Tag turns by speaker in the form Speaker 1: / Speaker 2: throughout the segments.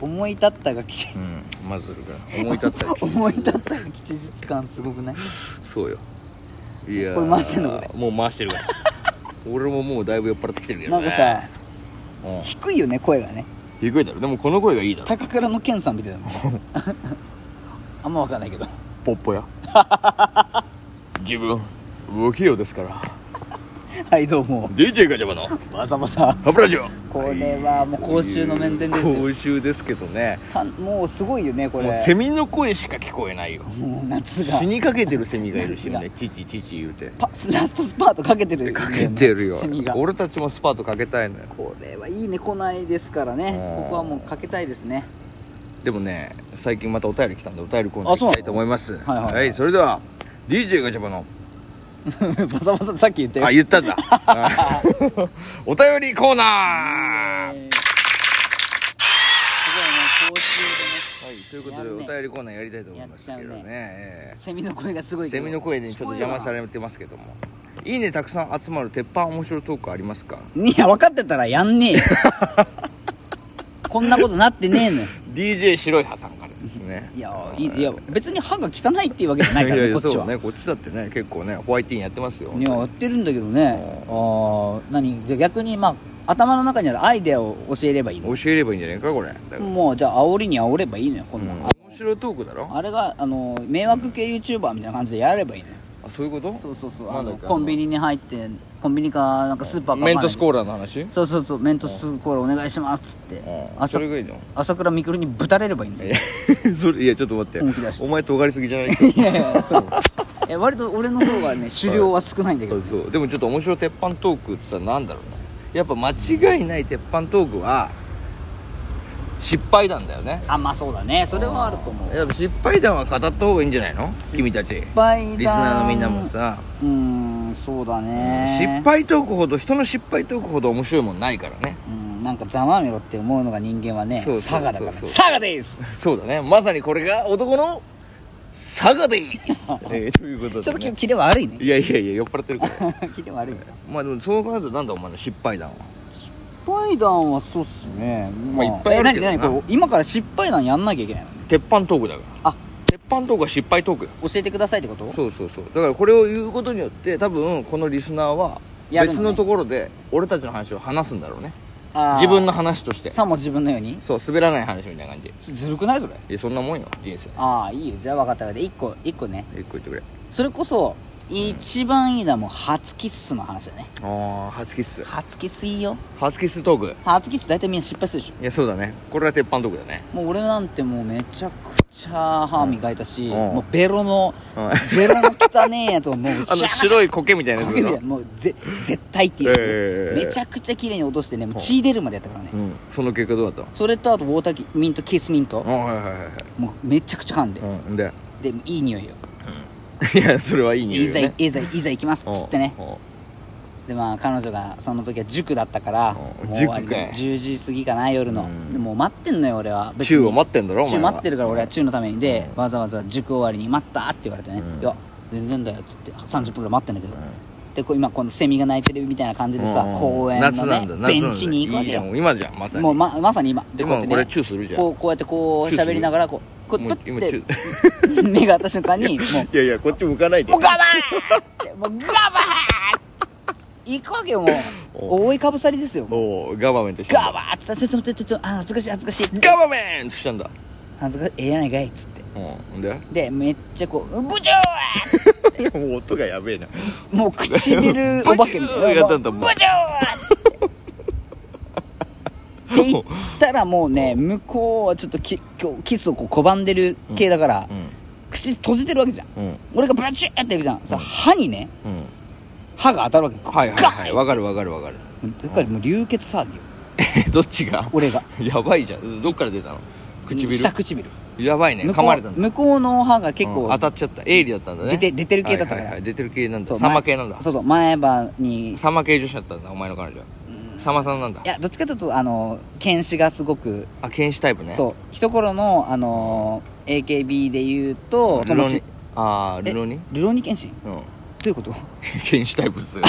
Speaker 1: 思い立ったが吉
Speaker 2: うんまずそれから思い立ったら
Speaker 1: 思い立ったが吉日感すごくない
Speaker 2: そうよいやー
Speaker 1: これ回してんのこ
Speaker 2: もう回し てるから俺ももうだいぶ酔っ払ってきてるけ
Speaker 1: な
Speaker 2: ど
Speaker 1: ん
Speaker 2: ね
Speaker 1: かさ
Speaker 2: うん
Speaker 1: 低いよね声がね
Speaker 2: 低いだろでもこの声がいいだろ
Speaker 1: 高倉の健さんみたいなあんま分かんないけど
Speaker 2: ポッポや 自分不器用ですから
Speaker 1: はいどうも
Speaker 2: DJ ガチャバの
Speaker 1: バサバサ
Speaker 2: ハブラジオ
Speaker 1: これはもう公衆の面前ですよ
Speaker 2: 公衆ですけどね
Speaker 1: かんもうすごいよねこれ
Speaker 2: もうセミの声しか聞こえないよ
Speaker 1: もう夏が
Speaker 2: 死にかけてるセミがいるしねチチチチ言うて
Speaker 1: パラストスパートかけてるよね
Speaker 2: かけてるよ
Speaker 1: セミがこ
Speaker 2: 俺たちもスパートかけたいのよ
Speaker 1: れはいいね来ないですからね
Speaker 2: うん
Speaker 1: ここはもうかけたいですね
Speaker 2: でもね最近またお便り来たんでお便りコーナー
Speaker 1: あそうなの
Speaker 2: 行きたいと思います
Speaker 1: はいはい
Speaker 2: それでは DJ ガチャバの
Speaker 1: バサバサさっき言ったよ
Speaker 2: あ言ったん だ あお便りコーナー
Speaker 1: えーすごいね公衆
Speaker 2: はい、ということで、
Speaker 1: や
Speaker 2: お
Speaker 1: るね
Speaker 2: 便りコーナーやりたいと思いますけど
Speaker 1: やっち
Speaker 2: ね。え
Speaker 1: でねセミの声がすご
Speaker 2: え
Speaker 1: いけ
Speaker 2: セ
Speaker 1: ど
Speaker 2: ミの声にちょっと邪魔されてますけども。いいねたくさん集まる鉄板面白トークありますか
Speaker 1: いや分かってたらやんねえよこんなことなってねえのよ
Speaker 2: ?DJ 白い歯さんからですね。
Speaker 1: いやいいいや別に歯が汚いっていうわけじゃないから
Speaker 2: や
Speaker 1: ね
Speaker 2: や
Speaker 1: こっちは
Speaker 2: そうね、こっちだってね、結構ね、ホワイティーンやってますよ。
Speaker 1: いややってるんだけどねああ何じゃあ逆にまあ頭の中にあるアイデアを教えればいいの
Speaker 2: 教えればいいんじゃないか、これ。だから
Speaker 1: もうじゃあ煽りに煽ればいいのよこんなの、
Speaker 2: 面白トークだろ
Speaker 1: あれがあの迷惑系 YouTuber みたいな感じでやればいいのよ
Speaker 2: あ、そういうこと
Speaker 1: そうそうそう
Speaker 2: な
Speaker 1: あ
Speaker 2: んだ
Speaker 1: の
Speaker 2: っけ
Speaker 1: コンビニに入ってコンビニかなんかスーパーか
Speaker 2: メントス
Speaker 1: ー
Speaker 2: コーラの話
Speaker 1: そうそうそうメントスコーラお願いしますっつって
Speaker 2: うん。
Speaker 1: 朝
Speaker 2: それがいいの
Speaker 1: 朝倉未来にぶたれればいいんだよ
Speaker 2: それ、いや、ちょっと待って
Speaker 1: 本気出し。て
Speaker 2: お前、尖りすぎじゃ ない
Speaker 1: いやいや そういや割と俺の方がね狩猟は少ないんだけ
Speaker 2: そ
Speaker 1: ど
Speaker 2: うそうでもちょっと面白い鉄板トークって言ったらなんだろうねやっぱ間違いない鉄板トークは失敗談だよね
Speaker 1: あまあそうだねそれはあると思う
Speaker 2: やっぱ失敗談は語った方がいいんじゃないの君たちリ
Speaker 1: 失敗だ
Speaker 2: スナーのみんなもさ、
Speaker 1: うーんそうだね
Speaker 2: 失敗トークほど人の失敗トークほど面白いもんないからね
Speaker 1: うんなんかざまあみろって思うのが人間はね
Speaker 2: そうそうそう
Speaker 1: 佐賀だから
Speaker 2: そう
Speaker 1: 佐賀です
Speaker 2: そうだねまさにこれが男のサガです えーということ
Speaker 1: ちょっと今
Speaker 2: で、ね
Speaker 1: 日、キレ悪いね
Speaker 2: いやいやいや酔っ払ってるから
Speaker 1: キレ悪いね
Speaker 2: まあでもそう考えるとなんだお前の失敗談は
Speaker 1: 失敗談はそうっすね
Speaker 2: まあいっぱいあるけどな
Speaker 1: え何何これ今から失敗談やんなきゃいけないの
Speaker 2: 鉄板トークだから
Speaker 1: あ
Speaker 2: 鉄板トークは失敗トークよ
Speaker 1: 教えてくださいってこと
Speaker 2: そうそうそうだからこれを言うことによって多分このリスナーは
Speaker 1: やるのね
Speaker 2: 別のところで俺たちの話を話すんだろうね
Speaker 1: あー
Speaker 2: 自分の話として
Speaker 1: さも自分のように
Speaker 2: そう滑らない話みたいな感じ
Speaker 1: ずるくないそれ
Speaker 2: いやそんなもんよ人生
Speaker 1: ああいいよじゃあ分かった分かった1個1個ね
Speaker 2: 一個言ってくれ
Speaker 1: それこそ一番いいのはもう初キッスの話だね
Speaker 2: ああ初キッス
Speaker 1: 初キスいいよ
Speaker 2: 初キッストーク
Speaker 1: 初キス大体みんな失敗するでし
Speaker 2: いやそうだねこれが鉄板トークだね
Speaker 1: ょもう俺なんてもうめちゃくちゃ歯磨いたし、
Speaker 2: ん
Speaker 1: もうベロの
Speaker 2: あ
Speaker 1: ベロの汚ねえやつをもう
Speaker 2: の白い苔みたいなやつ
Speaker 1: 焦
Speaker 2: だ
Speaker 1: げ
Speaker 2: ろ
Speaker 1: でもうぜ絶対っていうやつ、
Speaker 2: ええ
Speaker 1: めちゃくちゃ綺麗に落としてねもう血出るまでやったからね、
Speaker 2: うんその結果どうだった
Speaker 1: それとあとウォーターキミントキスミント、
Speaker 2: のはいはいはい
Speaker 1: もうめちゃくちゃ噛んで、
Speaker 2: はいうんで
Speaker 1: でいい匂いよ
Speaker 2: いやそれはいい匂い
Speaker 1: い
Speaker 2: よ
Speaker 1: ざ
Speaker 2: ね
Speaker 1: いいざいざ行きますっつってね
Speaker 2: うんうん
Speaker 1: でまあ彼女がその時は塾だったからも
Speaker 2: うん
Speaker 1: う終わり
Speaker 2: 塾かい
Speaker 1: 10時過ぎかな夜の
Speaker 2: うん
Speaker 1: でもう待ってんのよ俺は
Speaker 2: チューを
Speaker 1: 待
Speaker 2: 待ってんだろお前
Speaker 1: 中
Speaker 2: は
Speaker 1: 待ってるから俺は中のためにでわざわざ塾終わりに待ったって言われてね
Speaker 2: うん
Speaker 1: いや全然だよっつって30分ぐらい待ってんだけど
Speaker 2: ん
Speaker 1: でこう今このセミが鳴いてるみたいな感じでさ
Speaker 2: うん
Speaker 1: 公園の
Speaker 2: 夏なんだ夏なんだ
Speaker 1: ねベンチに行くわけよ
Speaker 2: いいじゃん今じゃんまさに
Speaker 1: もうままさに今でこうやっ
Speaker 2: 今
Speaker 1: て
Speaker 2: これ
Speaker 1: ね
Speaker 2: チューするじゃん
Speaker 1: こうこうやってこう喋りながらこうこう
Speaker 2: も
Speaker 1: プ
Speaker 2: う今チ
Speaker 1: ッ
Speaker 2: ュー
Speaker 1: て目が合った瞬間にもう
Speaker 2: いやいやこっち向かないで
Speaker 1: もうガバーンってもうガバーン行くわけよもう覆いかぶさりですよ
Speaker 2: おうガバメントし
Speaker 1: ガ
Speaker 2: た
Speaker 1: バーッつってちょっと待ってちょっとあ恥ずかしい恥ずかしい
Speaker 2: ガバメントしたんだ
Speaker 1: 恥ずかしいええやないかいっつっ
Speaker 2: うんで
Speaker 1: てでめっちゃこう「部長!」
Speaker 2: もう 音がやべえな
Speaker 1: もう唇お化けみたい
Speaker 2: ブチューやった
Speaker 1: な「
Speaker 2: んだもう
Speaker 1: 部長!」って言ったらもうね向こうはちょっとき今日キスをこう拒んでる系だから、
Speaker 2: う
Speaker 1: 口閉じてるわけじゃん
Speaker 2: んうんうん
Speaker 1: 俺がブチューってやるじゃん、さ歯にね歯が当たるわけ
Speaker 2: はいはいはい
Speaker 1: ガッ
Speaker 2: わかるわかるわかる
Speaker 1: だからもう流血騒ぎよ
Speaker 2: どっちが
Speaker 1: 俺が
Speaker 2: やばいじゃんどっから出たの唇
Speaker 1: 下唇
Speaker 2: やばいね
Speaker 1: 向
Speaker 2: 噛
Speaker 1: こう
Speaker 2: まれたんだ
Speaker 1: 向こうの歯が結
Speaker 2: う
Speaker 1: 構
Speaker 2: ん当たっちゃった鋭利だったんだね
Speaker 1: 出て出てる系だったから
Speaker 2: はいはいはい出てる系なん
Speaker 1: そ
Speaker 2: だ
Speaker 1: う
Speaker 2: サマ系なんだ
Speaker 1: そうそう前歯にい
Speaker 2: サマ系女子だったんだお前の彼女サマさんなんだ
Speaker 1: やどっちかというとあの剣士がすごく
Speaker 2: あ剣士タイプね
Speaker 1: そう一頃のあの AKB で言うと
Speaker 2: ルロ
Speaker 1: 友
Speaker 2: ニ
Speaker 1: 達
Speaker 2: ああルロニ
Speaker 1: ルロニ剣士
Speaker 2: うん
Speaker 1: ういう こと
Speaker 2: 検視タイプ ですよ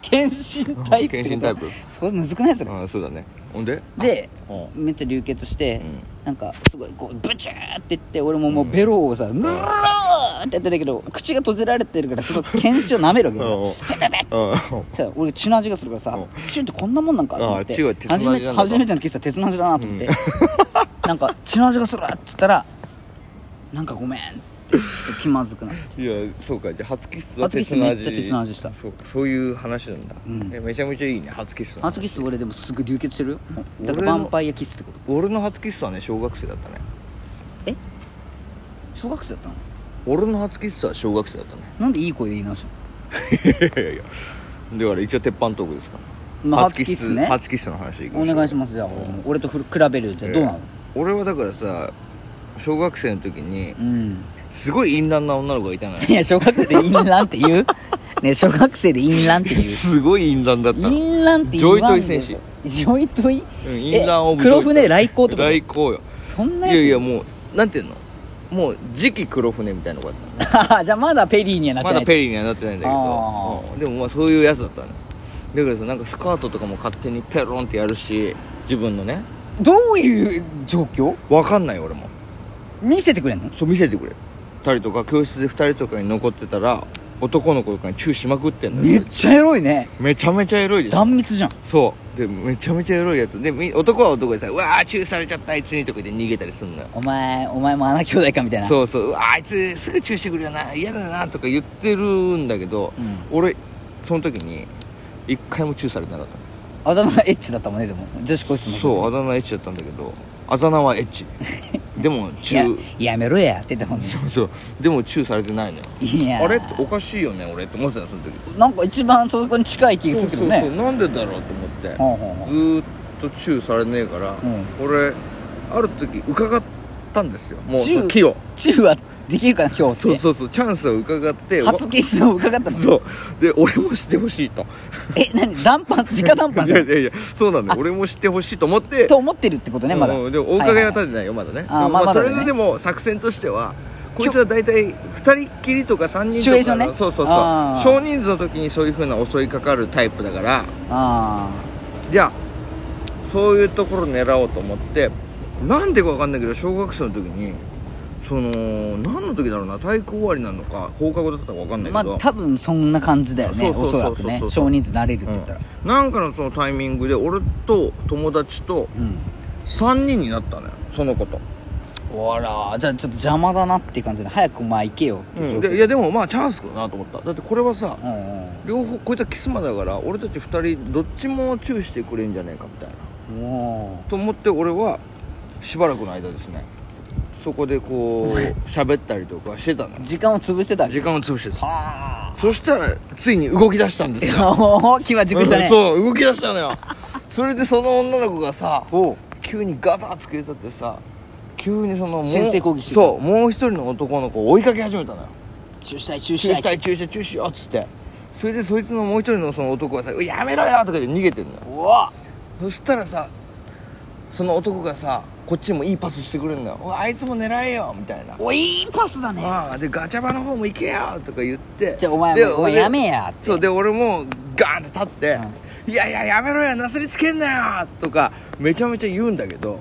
Speaker 1: 献身タイプってこと
Speaker 2: 献身タイプ
Speaker 1: それむずくないそれ
Speaker 2: うんそうだねほんで
Speaker 1: で
Speaker 2: うん
Speaker 1: めっちゃ流血して、
Speaker 2: うん
Speaker 1: なんかすごいこうブチューって言って俺ももうベロをさ「ムロー!」ってやってたけど口が閉じられてるからすごい犬種を舐めるわけ
Speaker 2: うんうん
Speaker 1: よペペペペ
Speaker 2: うん
Speaker 1: さ俺血の味がするからさ
Speaker 2: う
Speaker 1: チュンってこんなもんなんかと思っ
Speaker 2: ああチュンは
Speaker 1: て
Speaker 2: 鉄の
Speaker 1: 初
Speaker 2: 味なん
Speaker 1: め
Speaker 2: だ
Speaker 1: て初めてのキスは鉄の味だなと思ってなんか血の味がするっつったら「なんかごめん」って言って気まず くなって
Speaker 2: いやそうかじゃあ初キスは
Speaker 1: 初キス
Speaker 2: 鉄の味
Speaker 1: めっちゃ鉄の味した
Speaker 2: そうそういう話なんだ、
Speaker 1: うん
Speaker 2: えめちゃめちゃいいね初キスの話
Speaker 1: 初キス俺でもすぐ流血してるよもうだか
Speaker 2: 俺
Speaker 1: ら
Speaker 2: の
Speaker 1: ヴァンパイアキスってこと
Speaker 2: 俺の初キスはね小学生だったね
Speaker 1: 小学生だったの
Speaker 2: 俺の初キスは小学生 だったね
Speaker 1: なんでいい声で言い直した
Speaker 2: いやいやいやだから一応鉄板トークですから
Speaker 1: の、まあ、初キスね
Speaker 2: 初キスの話でいき
Speaker 1: お
Speaker 2: ましょう
Speaker 1: 願いしますじゃあ俺も俺とふる比べるじゃあどうなの、
Speaker 2: 俺はだからさ小学生の時に
Speaker 1: うん
Speaker 2: すごい淫乱な女の子がいた のよ
Speaker 1: いや小学生で淫乱って言うね小学生で淫乱って言う
Speaker 2: すごい淫乱だったの
Speaker 1: 淫乱って言わんでしょ
Speaker 2: ジョイトイ選
Speaker 1: ジョイトイ
Speaker 2: うん
Speaker 1: え
Speaker 2: 淫乱オブ
Speaker 1: 黒船来航ってこと
Speaker 2: 来航よ
Speaker 1: そん
Speaker 2: い
Speaker 1: な
Speaker 2: やいや
Speaker 1: や
Speaker 2: もうなんていうのもう次期黒船みたいな子だった
Speaker 1: つ じゃあまだペリーにはなっ
Speaker 2: の
Speaker 1: てな
Speaker 2: ま
Speaker 1: い
Speaker 2: だペリーにはなってないんだけ
Speaker 1: あ
Speaker 2: ど、うんでもまあそういうやつだったのよだからさなんかスカートとかも勝手にペロンってやるし自分のね
Speaker 1: どういう状況
Speaker 2: わかんない俺も
Speaker 1: 見せてくれんの
Speaker 2: そう見せてくれたりとか教室で2人とかに残ってたら男の子とかにチューしまくってんの
Speaker 1: めっ
Speaker 2: よ
Speaker 1: ちゃエロいね
Speaker 2: めちゃめちゃエロいでしょ
Speaker 1: 断密じゃん
Speaker 2: そうでめちゃめちゃエロいやつでみ男は男でさ「うわーチューされちゃったあいつに」とかで逃げたりすんのよ
Speaker 1: お前お前も穴兄弟かみたいな
Speaker 2: そうそう「うわーあいつすぐチューしてくるよな嫌だな」とか言ってるんだけど
Speaker 1: うん
Speaker 2: 俺その時に一回もチューされてなかった
Speaker 1: あだ名エッチだったもんねでも女子高室の
Speaker 2: そうあだ名エッチだったんだけどあざ名はエッチ でもチ
Speaker 1: や
Speaker 2: ュー
Speaker 1: やめろやって言ったもんね
Speaker 2: そうそうでもチューされてないのよ
Speaker 1: いや
Speaker 2: あれおかしいよね俺って思ってたのその時
Speaker 1: なんか一番そこに近い気がするけどね
Speaker 2: そうそうそうなんでだろうと思って
Speaker 1: ほうほうほ
Speaker 2: ずーっとチューされねえから、
Speaker 1: ん
Speaker 2: 俺ある時伺ったんですよもう
Speaker 1: チュー
Speaker 2: その木を
Speaker 1: うチューはできるかな今日って
Speaker 2: そうそうそうチャンスを伺って
Speaker 1: 初キスを伺ったの
Speaker 2: わそうで俺もしてほしいと
Speaker 1: え何談判直談判
Speaker 2: い
Speaker 1: じ
Speaker 2: や
Speaker 1: ゃ
Speaker 2: いやいやそうなんだよ俺もしてほしいと思って
Speaker 1: と思ってるってことねまだ
Speaker 2: うんでも大影は立ててないよまだね
Speaker 1: あー
Speaker 2: でも
Speaker 1: まあまだ
Speaker 2: と
Speaker 1: ね
Speaker 2: りあえずでも作戦としてはこいつは大体2人っきりとか3人とか
Speaker 1: シチュエーションね
Speaker 2: そうそうそう
Speaker 1: あー
Speaker 2: 少人数の時にそういうふうな襲いかかるタイプだから
Speaker 1: あ
Speaker 2: じゃあそういうところ狙おうと思ってなんでかわかんないけど小学生の時にその何の時だろうな体育終わりなのか放課後だったかわかん
Speaker 1: あ
Speaker 2: ない
Speaker 1: ま
Speaker 2: け
Speaker 1: あ
Speaker 2: ど、
Speaker 1: 多分そんな感じだよね
Speaker 2: そう
Speaker 1: お
Speaker 2: そ
Speaker 1: そ
Speaker 2: うそ
Speaker 1: う
Speaker 2: そう
Speaker 1: らくね
Speaker 2: そうそう
Speaker 1: 少人数慣れるって言ったら
Speaker 2: なんかのそのタイミングで俺と友達と
Speaker 1: うん
Speaker 2: 3人になったのよそのこと、
Speaker 1: ほらじゃあちょっと邪魔だなっていう感じで早くお前行けよっていう状況
Speaker 2: でいやでもまあチャンスだなと思っただってこれはさ
Speaker 1: うんうん
Speaker 2: 両方こいつはキスマだから俺たち2人どっちもチューしてくれんじゃねえかみたいな
Speaker 1: も
Speaker 2: と思って俺はしばらくの間ですねそこでこう喋ったりとかしてたのよ
Speaker 1: う時間を潰してたわけ
Speaker 2: 時間を潰してた
Speaker 1: はあ
Speaker 2: そしたらついに動き出したんですよ
Speaker 1: おお気は熟したね
Speaker 2: そう動き出したのよそれでその女の子がさ急にガタッつけたってさ急にそのもう
Speaker 1: 先制攻撃してきた
Speaker 2: そうもう一人の男の子を追いかけ始めたのよ
Speaker 1: 中止したい中止
Speaker 2: 注射
Speaker 1: したい
Speaker 2: したい注射注射よっつってそれでそいつのもう一人のその男がさ「やめろよ!」とかで逃げてんのよ
Speaker 1: うわ
Speaker 2: そしたらさその男がさこっちにもいいパスしてくれるんだよ「おいあいつも狙えよ」みたいな
Speaker 1: おいいパスだね
Speaker 2: ああでガチャバの方も行けよとか言って
Speaker 1: じゃあお前
Speaker 2: で
Speaker 1: もお前
Speaker 2: 俺
Speaker 1: やめやって
Speaker 2: そうで俺もガーンって立って「いやいややめろよなすりつけんなよ」とかめちゃめちゃ言うんだけど、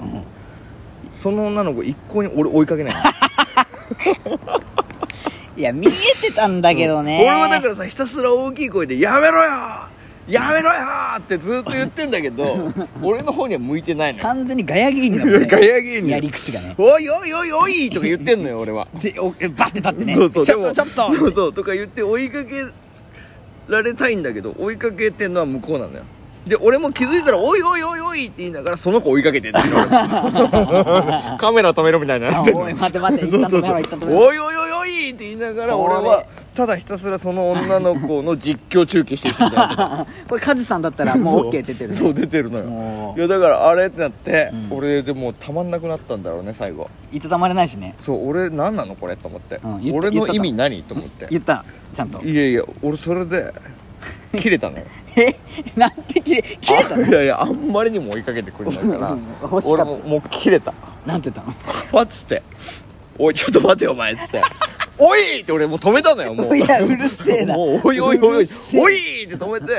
Speaker 2: その女の子一向に俺追いかけないの
Speaker 1: いや見えてたんだけどね
Speaker 2: 俺はだからさひたすら大きい声で「やめろよやめろよ!」ってずっと言ってんだけ ど俺の方には向いてないのよ
Speaker 1: 完全にガヤ芸人だもんね
Speaker 2: ガヤ芸人
Speaker 1: やり口がね
Speaker 2: おいおいおいおいとか言ってんのよ俺は
Speaker 1: でおえバッて立ってね
Speaker 2: そうそう
Speaker 1: ち
Speaker 2: で
Speaker 1: ょっ
Speaker 2: も
Speaker 1: とちょっと
Speaker 2: そうそうとか言って追いかけられたいんだけど追いかけてんのは向こうなのよで俺も気づいたら「おいおいおいおい」って言いながらその子追いかけてんの よカメラ止めろみたいになってんの
Speaker 1: おい待て待て一旦止めろ一旦止めろ
Speaker 2: おいおいおいおいって言いながら俺はただひたすらその女の子の実況中継してる人みたいな
Speaker 1: これカジさんだったらもう OK 出て るね
Speaker 2: そう出てるのよ
Speaker 1: も
Speaker 2: いやだからあれってなって、
Speaker 1: うん
Speaker 2: 俺でもうたまんなくなったんだろうね最後
Speaker 1: ういたたまれないしね
Speaker 2: そう俺何なのこれと思って、
Speaker 1: うん言った
Speaker 2: 俺の意味何と思って
Speaker 1: 言ったちゃんと
Speaker 2: いやいや俺それで切れたのよ
Speaker 1: えなんて切れ 切れた
Speaker 2: あいやいやあんまりにも追いかけてくれないから
Speaker 1: うん欲しか
Speaker 2: 俺
Speaker 1: っ
Speaker 2: ももう切れた
Speaker 1: たなんて言ったの
Speaker 2: 「わっ」つって「おいちょっと待てよお前」っつって「おいって俺もう止めたのよ、もう。
Speaker 1: いやうるせえな
Speaker 2: もう、おいおいお
Speaker 1: う
Speaker 2: い
Speaker 1: る、せえ
Speaker 2: おいって止めて、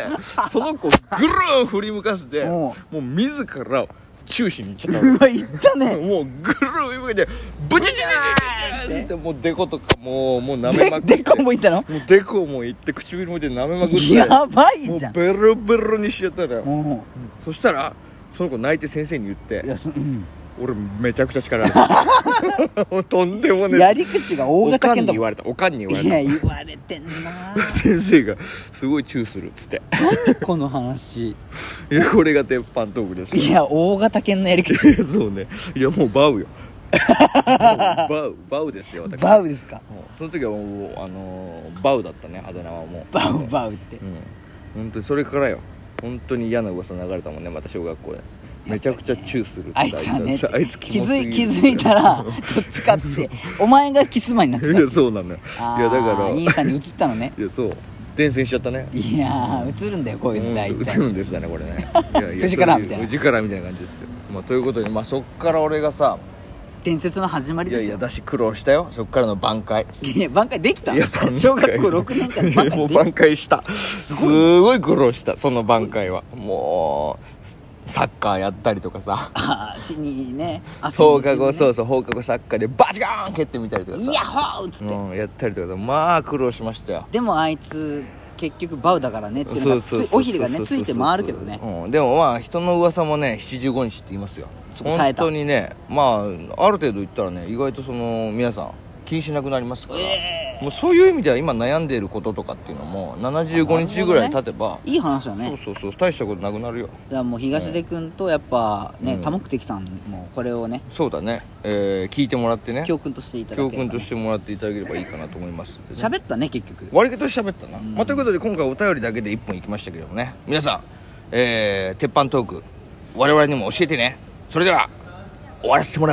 Speaker 2: その子をぐるーん振り向かせて、
Speaker 1: うん
Speaker 2: もう自ら、中止に行っちゃった
Speaker 1: う
Speaker 2: の
Speaker 1: わ言ったね
Speaker 2: もうぐるーん振り向いて、ブチチチチチチチって、もうデコとかもう、もう舐めまくって。
Speaker 1: ででこも言ったの
Speaker 2: もうデコも行って、唇もいて舐めまくって。
Speaker 1: やば
Speaker 2: も
Speaker 1: いうじゃん
Speaker 2: ベロベロにしちゃったのよ。
Speaker 1: うん
Speaker 2: そしたら、その子泣いて先生に言って
Speaker 1: い、やそうん
Speaker 2: 俺めちゃくちゃ叱られたもうとんでもねえ
Speaker 1: やり口が大
Speaker 2: お
Speaker 1: 型
Speaker 2: かん
Speaker 1: 犬だ
Speaker 2: に言
Speaker 1: もん
Speaker 2: われたおかんに言わ
Speaker 1: いや
Speaker 2: れ
Speaker 1: 言われてんな
Speaker 2: た先生がすごいチューするっつって
Speaker 1: 何この話
Speaker 2: いやこれが鉄板トークで す
Speaker 1: いや大型犬のやり口
Speaker 2: いやそうねいやもうバ ウよもうバウバウですよ
Speaker 1: バウ
Speaker 2: ウ
Speaker 1: ですか
Speaker 2: その時はもうあのーバウだったねあだ名はもう
Speaker 1: バウバウって
Speaker 2: うん本当にそれからよ本当に嫌な噂流れたもんねまた小学校でめちゃくちゃチューするっつって
Speaker 1: あいつはね
Speaker 2: あいつ
Speaker 1: 気
Speaker 2: キモ
Speaker 1: づ
Speaker 2: す
Speaker 1: い
Speaker 2: ぎ
Speaker 1: 気
Speaker 2: る
Speaker 1: づいたらどっちかってお前がキスマンになってた
Speaker 2: いやそうなのよ
Speaker 1: あー
Speaker 2: いやだから
Speaker 1: 兄さんに移ったのね
Speaker 2: いやそう伝染しちゃったね
Speaker 1: いやー映るんだよこういうの大
Speaker 2: うん
Speaker 1: 体
Speaker 2: 映るんですだねこれねいやいや
Speaker 1: 藤からみたいな
Speaker 2: 藤からみたいな感じですよ、まあ、ということで、まあ、そっから俺がさ
Speaker 1: 伝説の始まり
Speaker 2: い
Speaker 1: で
Speaker 2: や
Speaker 1: す
Speaker 2: い
Speaker 1: よ
Speaker 2: やだし苦労したよそっからの挽回
Speaker 1: いや挽回できた
Speaker 2: いや挽回
Speaker 1: 小学校6年間で挽回
Speaker 2: もう
Speaker 1: でき
Speaker 2: 挽回したすごい苦労したその挽回はもうサッカーやったりとかさ
Speaker 1: たあー死にね
Speaker 2: 放課後そううそう放課後サッカーでバチカーン蹴ってみたりとかさ
Speaker 1: イヤッホーっつって
Speaker 2: うん、やったりとかさまあ苦労しましたよ
Speaker 1: でもあいつ結局バウだからねっていうのがついおひれがねついて回るけどね
Speaker 2: うん、でもまあ人の噂もね75日って言いますよ
Speaker 1: そこ耐え
Speaker 2: 本
Speaker 1: た
Speaker 2: 当にねまあある程度言ったらね意外とその皆さん気にしなくなりますから、
Speaker 1: え
Speaker 2: もうそういう意味では今悩んでいることとかっていうのも75日ぐらい経てば、
Speaker 1: えいい話だね
Speaker 2: そうそうそう大したことなくなるよ
Speaker 1: じゃあもう東出君とやっぱね
Speaker 2: うん
Speaker 1: 多目的さんもこれをね
Speaker 2: そうだね、えー聞いてもらってね
Speaker 1: 教訓としていただけれ
Speaker 2: 教
Speaker 1: ばね
Speaker 2: 訓としてもらっていただければいいかなと思いますんでね
Speaker 1: 喋ったね結局
Speaker 2: 割りと喋ったな、
Speaker 1: うん
Speaker 2: まあ、ということで今回お便りだけで1本いきましたけれどもね皆さん、えー鉄板トーク我々にも教えてねそれでは終わらせてもらう